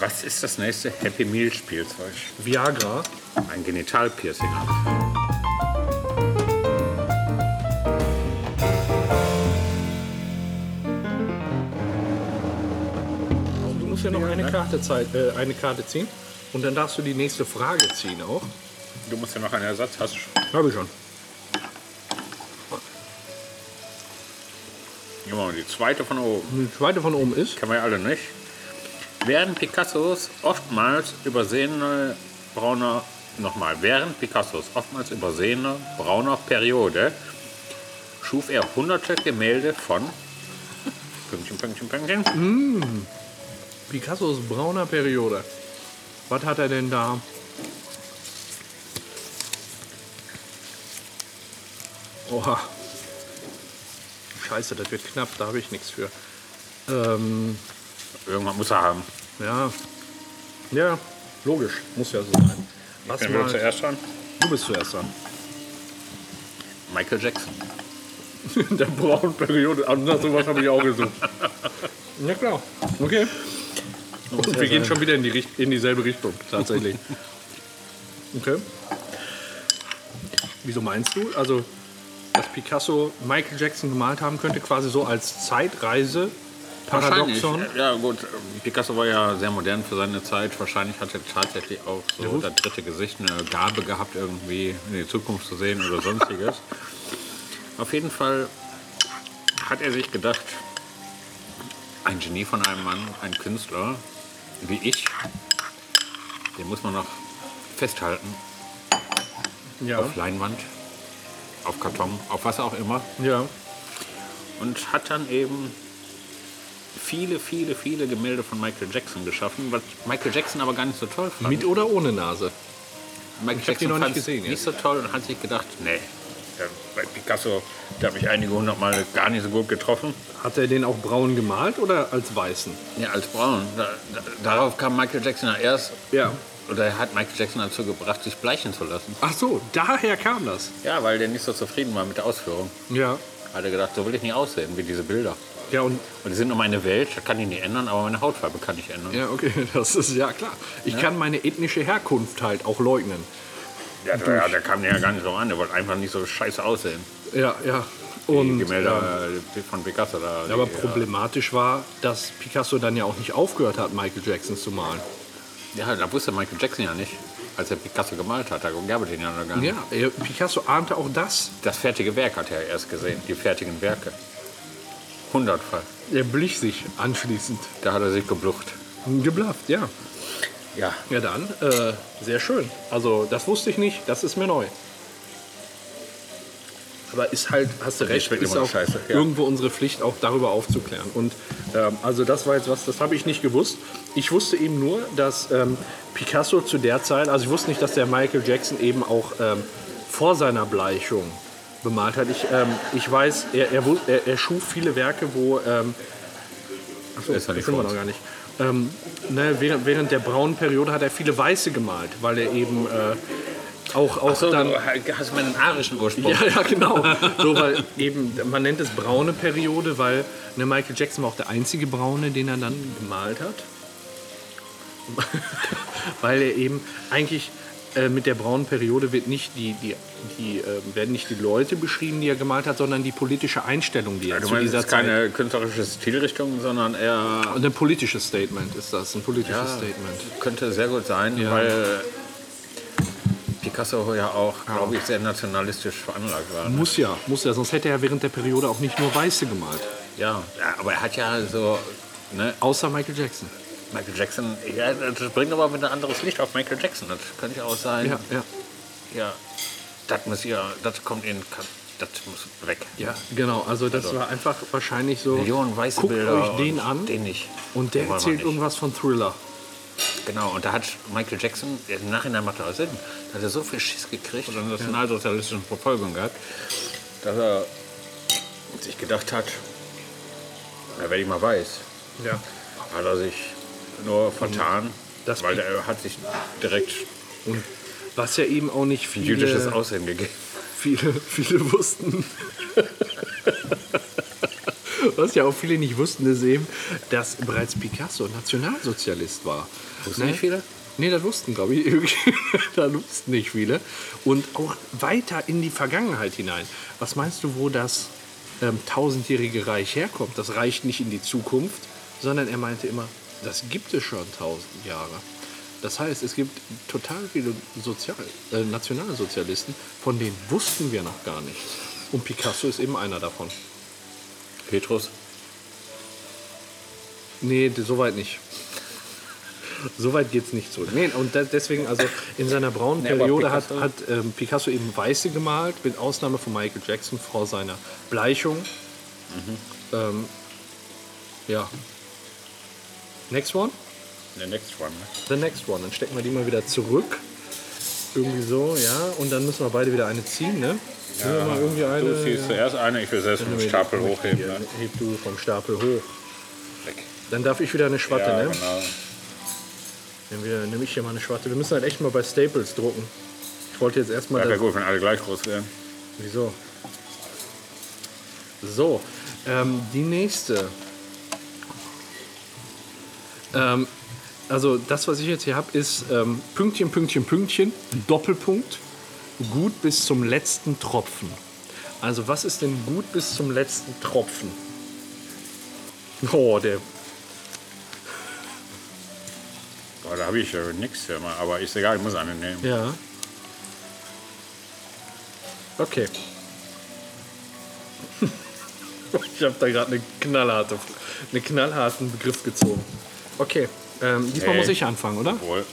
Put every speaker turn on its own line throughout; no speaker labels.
Was ist das nächste Happy Meal Spielzeug?
Viagra.
Ein Genitalpiercing.
Du musst ja noch eine Karte, zeit, äh, eine Karte ziehen. Und dann darfst du die nächste Frage ziehen auch.
Du musst ja noch einen Ersatz. Hast du schon.
Habe ich schon.
Nehmen wir mal die zweite von oben.
Die zweite von oben ist.
Kennen wir ja alle nicht. Während Picassos oftmals übersehene brauner, nochmal, während Picassos oftmals übersehene brauner Periode schuf er hunderte Gemälde von Pünktchen, Pünktchen, Pünktchen.
Picassos brauner Periode. Was hat er denn da? Oha. Scheiße, das wird knapp, da habe ich nichts für. Ähm,
Irgendwann muss er haben.
ja. Ja, logisch, muss ja so sein. Was
Können wir
mal,
zuerst schon?
du bist zuerst dran.
Michael Jackson.
In der braunen Periode, anders sowas habe ich auch gesucht. Ja klar, okay. Und wir gehen schon wieder in, die, Richt- in dieselbe Richtung, tatsächlich. Okay. Wieso meinst du? Also, dass Picasso Michael Jackson gemalt haben könnte, quasi so als Zeitreise, Paradoxon.
Ja gut, Picasso war ja sehr modern für seine Zeit. Wahrscheinlich hat er tatsächlich auch so das dritte Gesicht eine Gabe gehabt, irgendwie in die Zukunft zu sehen oder sonstiges. Auf jeden Fall hat er sich gedacht, ein Genie von einem Mann, ein Künstler wie ich, den muss man noch festhalten
Ja,
auf Leinwand, auf Karton, auf was auch immer.
ja.
und hat dann eben viele, viele, viele Gemälde von Michael Jackson geschaffen, was Michael Jackson aber gar nicht so toll fand.
Mit oder ohne Nase?
Michael
hab die noch nicht
fand's
gesehen, ja.
nicht so toll und hat sich gedacht, nee, da- bei Picasso, da habe ich einige hundert Mal gar nicht so gut getroffen.
Hat er den auch braun gemalt oder als weißen?
Ja, als Braun. Da, da, darauf kam Michael Jackson ja erst,
Ja.
oder er hat Michael Jackson dazu gebracht, sich bleichen zu lassen.
Ach so, daher kam das.
Ja, weil der nicht so zufrieden war mit der Ausführung.
Ja.
Hat er gedacht, so will ich nicht aussehen wie diese Bilder.
Ja, und
Und die sind nur meine Welt, das kann ich nicht ändern, aber meine Hautfarbe kann ich ändern.
Ja, okay, das ist ja klar. Ich kann meine ethnische Herkunft halt auch leugnen.
Ja, der, der kam ja gar nicht so an, der wollte einfach nicht so scheiße aussehen.
Ja, ja.
Die
Und, ja,
Gemälde äh, von Picasso da. die,
aber
äh,
problematisch war, dass Picasso dann ja auch nicht aufgehört hat, Michael Jackson zu malen.
äh, Ja, da wusste Michael Jackson ja nicht, als er Picasso gemalt hat. Da gab es ihn ja noch gar nicht.
Ja, er- Picasso ahnte auch das.
Das fertige Werk hat er erst gesehen, die fertigen Werke. Hundertfach.
Er blich sich anschließend.
Da hat er sich geblucht.
Geblafft, ja.
Ja.
Ja, dann, äh, sehr schön. Also, das wusste ich nicht, das ist mir neu. Aber ist halt, hast du recht,
schmeckt
ist
immer noch
auch
scheiße, ja.
irgendwo unsere Pflicht, auch darüber aufzuklären. Und ähm, also das war jetzt was, das habe ich nicht gewusst. Ich wusste eben nur, dass ähm, Picasso zu der Zeit, also ich wusste nicht, dass der Michael Jackson eben auch ähm, vor seiner Bleichung bemalt hat. Ich, ähm, ich weiß, er, er, wu- er, er schuf viele Werke, wo ähm,
So, ist er
Oh,
nicht
das sind wir
vor
noch
uns.
gar nicht. Ähm, ne, während, während der braunen Periode hat er viele Weiße gemalt, weil er eben äh, auch, auch
So,
dann.
du hast meinen arischen Ursprung.
Ja, ja, genau. So, weil eben, man nennt es braune Periode, weil ne, Michael Jackson war auch der einzige Braune, den er dann gemalt hat. weil er eben eigentlich äh, mit der braunen Periode wird nicht die, die, die, äh, werden nicht die Leute beschrieben, die er gemalt hat, sondern die politische Einstellung, die er
Du
zu
meinst,
dieser
das ist
Zeit
keine künstlerische Stilrichtung, sondern eher
und ein politisches Statement ist das, ein politisches
Ja.
Statement.
Könnte sehr gut sein, weil Picasso ja auch, glaube ich, sehr nationalistisch veranlagt war.
Muss ja, muss ja, sonst hätte er während der Periode auch nicht nur Weiße gemalt.
Ja, ja, aber er hat ja so, ne,
Außer Michael Jackson.
Michael Jackson, ja, das bringt aber mit ein anderes Licht auf Michael Jackson. Das könnte ja auch sein, ja,
Ja, ja,
das muss ja, das kommt in, das muss weg.
ja, genau. Also das war einfach wahrscheinlich so.
Millionen weiße
guckt
Bilder.
euch den
und
an
Den nicht.
und der
Den wollen wir
erzählt
nicht.
irgendwas von Thriller.
Genau, und da hat Michael Jackson, im Nachhinein macht das Sinn, da hat er so viel Schiss gekriegt oder nationalsozialistischen Verfolgung gehabt, dass er sich gedacht hat, na, wenn ich mal weiß,
Ja.
hat er sich nur vertan,
Das-
weil er hat sich direkt
Und was ja eben auch nicht
jüdisches
viele,
Aussehen gegeben.
viele, viele wussten. Was ja auch viele nicht wussten, ist eben, dass bereits Picasso Nationalsozialist war. Ne?
Wussten nicht viele?
Nee, das wussten, glaube ich. da wussten nicht viele. Und auch weiter in die Vergangenheit hinein. Was meinst du, wo das ähm, tausendjährige Reich herkommt? Das reicht nicht in die Zukunft, sondern er meinte immer, das gibt es schon tausend Jahre. Das heißt, es gibt total viele Sozial äh, Nationalsozialisten, von denen wussten wir noch gar nichts. Und Picasso ist eben einer davon.
Petrus.
Nee, d- soweit nicht. Soweit geht's nicht zurück. Nee, und da- deswegen, also in seiner braunen
aber
Periode hat,
Picasso-
hat ähm, Picasso eben Weiße gemalt, mit Ausnahme von Michael Jackson vor seiner Bleichung.
Mhm.
Ähm, ja. Next one?
The next one. ne?
The next one. Dann stecken wir die mal wieder zurück. Irgendwie so, ja. Und dann müssen wir beide wieder eine ziehen, ne? Nehmen wir mal irgendwie eine.
Du ziehst zuerst eine, ich will selbst einen Stapel hochheben.
Hier,
Ne?
Heb du vom Stapel hoch.
Weg.
Dann darf ich wieder eine Schwatte,
Ja,
ne?
genau.
Dann wieder, nehme ich hier mal eine Schwatte. Wir müssen halt echt mal bei Staples drucken. Ich wollte jetzt erstmal.
Das
das-
wäre gut, wenn alle gleich groß wären.
Wieso? So, ähm, die nächste. Ähm, also das, was ich jetzt hier habe, ist ähm, Pünktchen, Pünktchen, Pünktchen, Doppelpunkt, gut bis zum letzten Tropfen. Also was ist denn gut bis zum letzten Tropfen? Oh, der
Boah, da habe ich äh, nichts hier mal, aber ist egal, ich muss eine nehmen.
Ja. Okay. ich habe da gerade eine knallharte, eine knallharten Begriff gezogen. Okay. Ähm, diesmal
Hey.
muss ich anfangen, oder?
Obwohl, hm,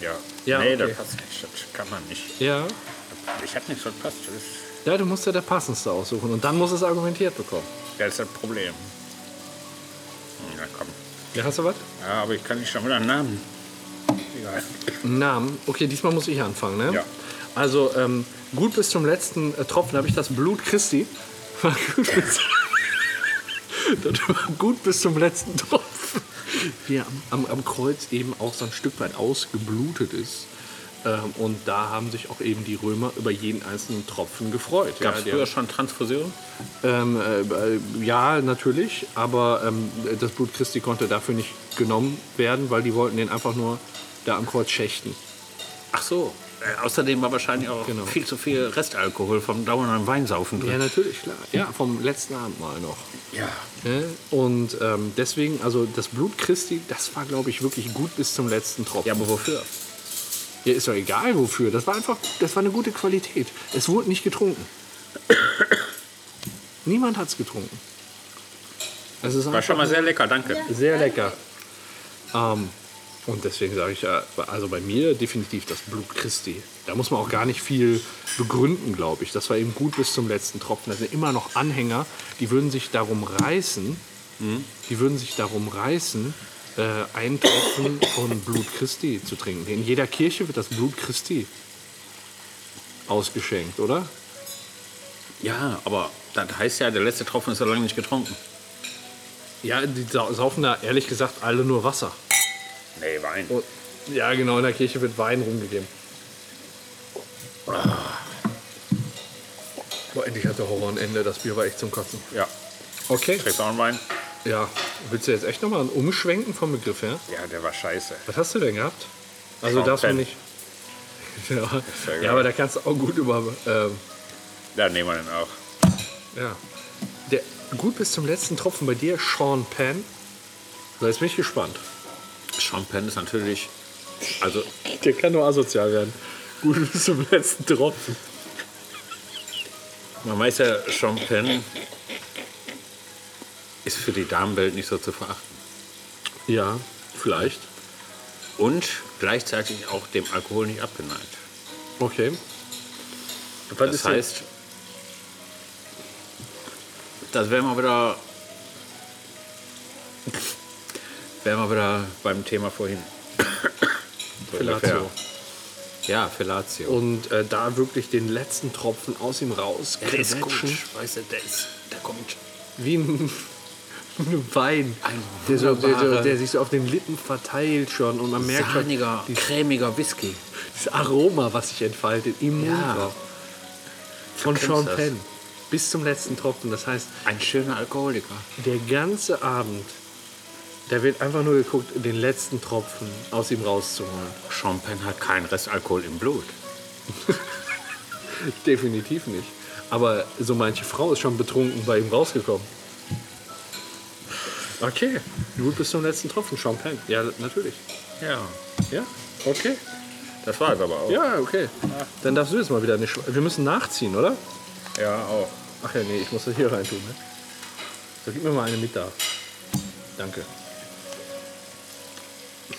ja.
Ja,
nee,
okay.
das passt nicht. Das kann man nicht.
Ja.
Ich habe nichts, was passt. Das ist,
Ja, du musst ja der passendste aussuchen und dann muss es argumentiert bekommen.
das ist das Problem. Hm, Na komm.
Ja, hast du was?
Ja, aber ich kann nicht schon wieder einen Namen. Egal.
Namen. Okay, diesmal muss ich anfangen, ne?
Ja.
Also, ähm, gut bis zum letzten äh, Tropfen habe ich das Blut Christi. War gut bis, das war gut bis zum letzten Tropfen. Hier am, am, am Kreuz eben auch so ein Stück weit ausgeblutet ist. Ähm, und da haben sich auch eben die Römer über jeden einzelnen Tropfen gefreut.
Gab es
die
früher schon Transfusionen?
ähm, äh, äh, ja, natürlich, aber ähm, das Blut Christi konnte dafür nicht genommen werden, weil die wollten den einfach nur da am Kreuz schächten.
Ach so. Äh, außerdem war wahrscheinlich auch
Genau.
viel zu viel Restalkohol vom dauernden Weinsaufen
Ja,
drin.
natürlich, klar. Ja, vom letzten Abendmahl noch.
Ja.
Ne? Und ähm, deswegen, also das Blut Christi, das war, glaube ich, wirklich gut bis zum letzten Tropfen.
Ja, aber wofür?
Ja, ist doch egal wofür. Das war einfach, das war eine gute Qualität. Es wurde nicht getrunken. Niemand hat es getrunken. Es ist
War
einfach
schon mal sehr lecker, danke.
sehr lecker. Ähm, und deswegen sage ich ja, also bei mir definitiv das Blut Christi. Da muss man auch gar nicht viel begründen, glaube ich. Das war eben gut bis zum letzten Tropfen. Da sind immer noch Anhänger, die würden sich darum reißen, die würden sich darum reißen, äh, einen Tropfen von Blut Christi zu trinken. In jeder Kirche wird das Blut Christi ausgeschenkt, oder?
Ja, aber das heißt ja, der letzte Tropfen ist so lange nicht getrunken.
Ja, die sau- saufen da ehrlich gesagt alle nur Wasser.
Nee, Wein.
Und, ja, genau, in der Kirche wird Wein rumgegeben. Boah, endlich hat der Horror ein Ende. Das Bier war echt zum Kotzen.
Ja.
Okay.
Trinkst du auch einen Wein?
Ja, willst du jetzt echt nochmal umschwenken vom Begriff her?
Ja, der war scheiße.
Was hast du denn gehabt? Also
Sean
darfst du
Penn.
nicht... Ja.
ja geil.
ja, aber da kannst du auch gut über... Ähm,
Da nehmen wir den auch.
ja. Der, gut bis zum letzten Tropfen bei dir, Sean Penn. Da jetzt bin ich gespannt.
Champagne ist natürlich. Also,
Der kann nur asozial werden. Gut bis zum letzten Tropfen.
man weiß ja, Champagne ist für die Damenwelt nicht so zu verachten.
Ja, vielleicht.
Und gleichzeitig auch dem Alkohol nicht abgeneigt.
Okay.
das heißt, das wären wir wieder. wären wir wieder beim Thema vorhin. So
Fellatio.
ungefähr. Ja, Fellatio.
Und äh, da wirklich den letzten Tropfen aus ihm raus. quetschen.
Weißt du, der ist. Der kommt.
Wie ein, ein Wein.
Ein
der, so, der, so,
wunderbarer-
der sich so auf den Lippen verteilt schon. Und man merkt schon
Sahniger, cremiger Whisky.
dieses Aroma, was sich entfaltet im
Ja.
Mund. Von
kennst
Sean
das.
Penn. bis zum letzten Tropfen. Das heißt,
Ein schöner Alkoholiker.
der ganze Abend, da wird einfach nur geguckt, den letzten Tropfen aus ihm rauszuholen.
Champagne hat keinen Restalkohol im Blut.
Definitiv nicht. Aber so manche Frau ist schon betrunken bei ihm rausgekommen. Okay, gut bis zum letzten Tropfen Champagne. Ja, natürlich.
Ja.
Ja, okay.
Das war es aber auch.
Ja, okay. Dann darfst du jetzt mal wieder eine. Sch Wir müssen nachziehen, oder?
ja auch.
Ach ja, nee, ich muss das hier rein tun. Ne? So, gib mir mal eine mit da. Danke.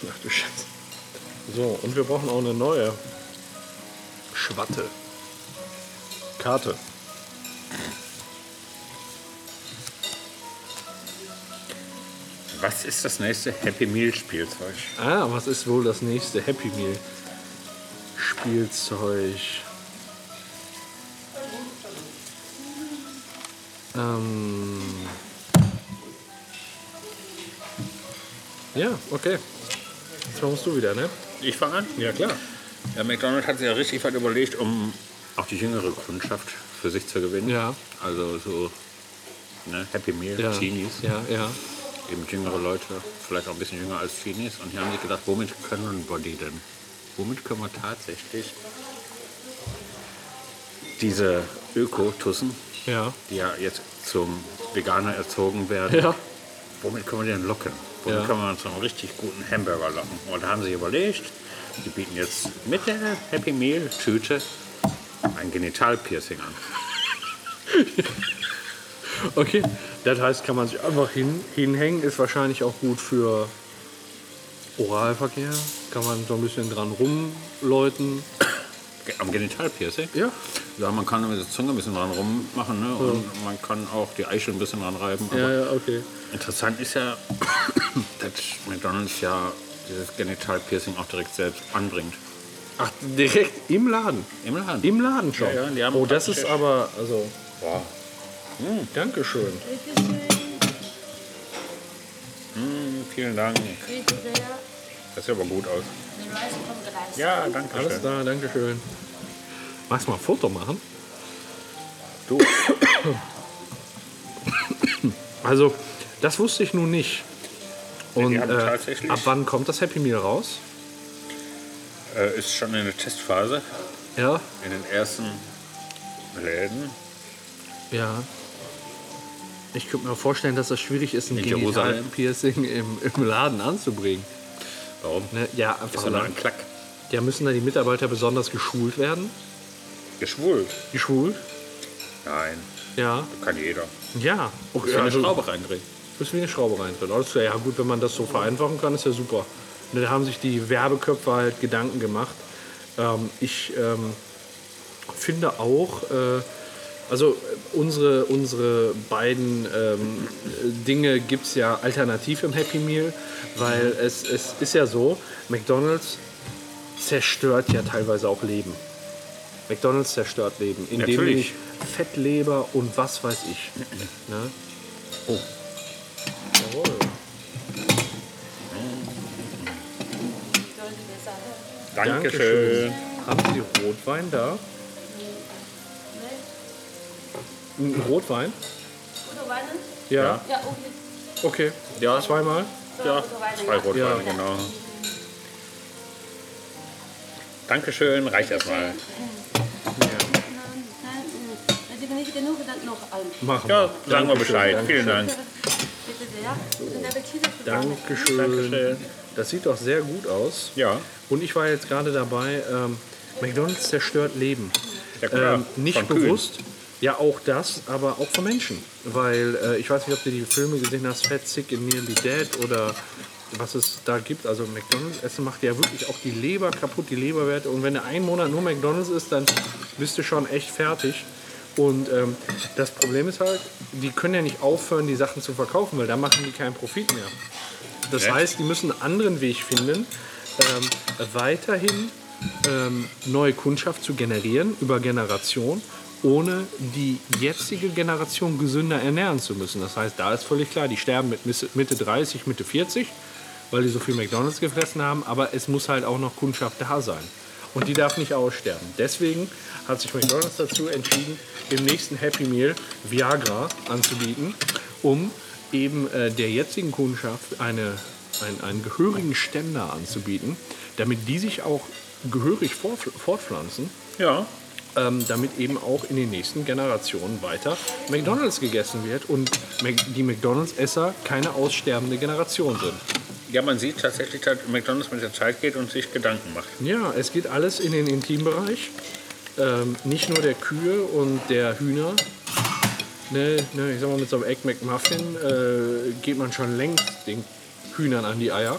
Ach du Scheiße. So, und wir brauchen auch eine neue Schwatte. Karte.
Was ist das nächste Happy Meal Spielzeug?
Ah, was ist wohl das nächste Happy Meal? Spielzeug. Ähm. Ja, okay. Jetzt machst du wieder, ne?
Ich fange an?
Ja, klar.
Ja, McDonald's hat sich ja richtig was überlegt, um auch die jüngere Kundschaft für sich zu gewinnen.
Ja.
Also so ne, Happy Meal,
Ja.
Teenies,
Ja, ja.
eben jüngere Leute, vielleicht auch ein bisschen jünger als Teenies. Und hier haben sie gedacht, womit können wir die denn? Womit können wir tatsächlich diese Öko-Tussen,
Ja.
die ja jetzt zum Veganer erzogen werden,
Ja.
womit können wir den locken? Womit
Ja.
können wir uns einen richtig guten Hamburger locken? Und da haben sie überlegt, die bieten jetzt mit der Happy Meal Tüte ein Genitalpiercing an.
Okay. Das heißt, kann man sich einfach hin, hinhängen, ist wahrscheinlich auch gut für Oralverkehr. Kann man so ein bisschen dran rumläuten.
Ge- Am Genitalpiercing?
Ja.
Ja, man kann mit der Zunge ein bisschen dran rummachen ne? und man kann auch die Eichel ein bisschen dran reiben. Aber
Ja, ja, okay.
interessant ist ja, dass McDonalds ja dieses Genitalpiercing auch direkt selbst anbringt.
Ach, direkt im Laden.
Im Laden.
Im Laden schon.
Ja, ja, die haben
oh, das
praktisch-
ist aber, also,
Wow.
Dankeschön.
Hm, vielen Dank.
Bitte sehr.
Das sieht aber gut aus.
Die Reise vom Gleis.
Ja, danke.
Alles da, Dankeschön. Magst du mal ein Foto machen?
Du.
Also, das wusste ich nun nicht. Und
die haben
äh,
tatsächlich-
ab wann kommt das Happy Meal raus?
Äh, ist schon in der Testphase.
Ja.
in den ersten Läden.
Ja. Ich könnte mir vorstellen, dass das schwierig ist, ein
In Jerusalem?
Genital-Piercing im, im Laden anzubringen.
Warum?
Ne? Ja, einfach.
Ist immer ein
lang.
Klack.
Ja, müssen da die Mitarbeiter besonders geschult werden?
Geschwult?
Geschult?
Nein,
Ja.
kann jeder.
Ja. Okay,
Kann eine
also-
Schraube reindrehen.
Müssen wir eine Schraube reindrehen. Alles klar. Ja gut, wenn man das so vereinfachen kann, ist ja super. Und da haben sich die Werbeköpfe halt Gedanken gemacht. Ähm, ich ähm, finde auch, äh, also äh, unsere, unsere beiden ähm, äh, Dinge gibt es ja alternativ im Happy Meal, weil es, es ist ja so, McDonald's zerstört ja teilweise auch Leben. McDonald's zerstört Leben, indem
Natürlich.
ich Fettleber und was weiß ich. ne?
Oh.
Jawohl.
Sollte besser.
Dankeschön.
Haben Sie Rotwein da?
Ne?
Ein Rotwein?
Gute Weine?
Ja.
Ja.
Ja, auch mit.
Okay. Ja. Zweimal?
So,
Ja,
gute Weine,
zwei Rotweine,
Ja.
genau. Dankeschön, reicht erstmal.
Nein, nein, nein. Wenn Sie nicht genug, dann noch ein.
Machen
Ja,
wir.
sagen wir Bescheid. Vielen Dank.
Bitte sehr. Und Appetit.
Dankeschön. Das sieht doch sehr gut aus.
Ja,
Und ich war jetzt gerade dabei, ähm, McDonalds zerstört Leben.
ja klar.
ähm, nicht
Von Kühen.
bewusst. Ja, auch das, aber auch von Menschen. Weil äh, ich weiß nicht, ob du die Filme gesehen hast, Fat Sick in Nearly Dead oder was es da gibt. Also McDonalds-Essen macht ja wirklich auch die Leber kaputt, die Leberwerte. Und wenn du einen Monat nur McDonalds isst, dann bist du schon echt fertig. Und ähm, das Problem ist halt, die können ja nicht aufhören, die Sachen zu verkaufen, weil da machen die keinen Profit mehr. Das
Ja.
heißt, die müssen einen anderen Weg finden, ähm, weiterhin ähm, neue Kundschaft zu generieren über Generation, ohne die jetzige Generation gesünder ernähren zu müssen. Das heißt, da ist völlig klar, die sterben mit Mis- Mitte 30, Mitte 40, weil die so viel McDonalds gefressen haben, aber es muss halt auch noch Kundschaft da sein. Und die darf nicht aussterben. Deswegen hat sich McDonald's dazu entschieden, im nächsten Happy Meal Viagra anzubieten, um eben äh, der jetzigen Kundschaft eine, ein, einen gehörigen Ständer anzubieten, damit die sich auch gehörig fortpf- fortpflanzen
Ja.
ähm, damit eben auch in den nächsten Generationen weiter McDonalds gegessen wird und Mac die McDonalds-Esser keine aussterbende Generation sind.
Ja, man sieht tatsächlich, dass McDonalds mit der Zeit geht und sich Gedanken macht.
Ja, es geht alles in den Intimbereich. Ähm, nicht nur der Kühe und der Hühner. Ne, ne, ich sag mal, mit so einem Egg McMuffin äh, geht man schon längst den Hühnern an die Eier.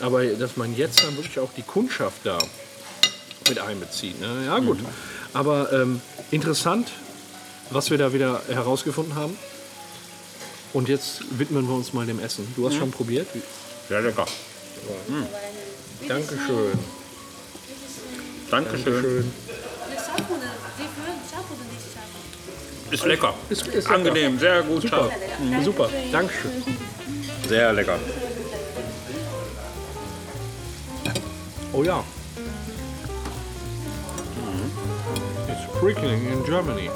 Aber dass man jetzt dann wirklich auch die Kundschaft da mit einbezieht. Ne? Ja, gut. Aber ähm, interessant, was wir da wieder herausgefunden haben. Und jetzt widmen wir uns mal dem Essen. Du hast schon probiert.
Sehr lecker.
Dankeschön.
Dankeschön.
Das schafft man, die Föhn schafft man nicht schaffen.
Ist lecker.
Ist, ist lecker.
Angenehm, sehr gut.
Super,
scharf.
super, Dankeschön.
Sehr lecker.
Oh ja. It's prickling Mm-hmm. in Germany.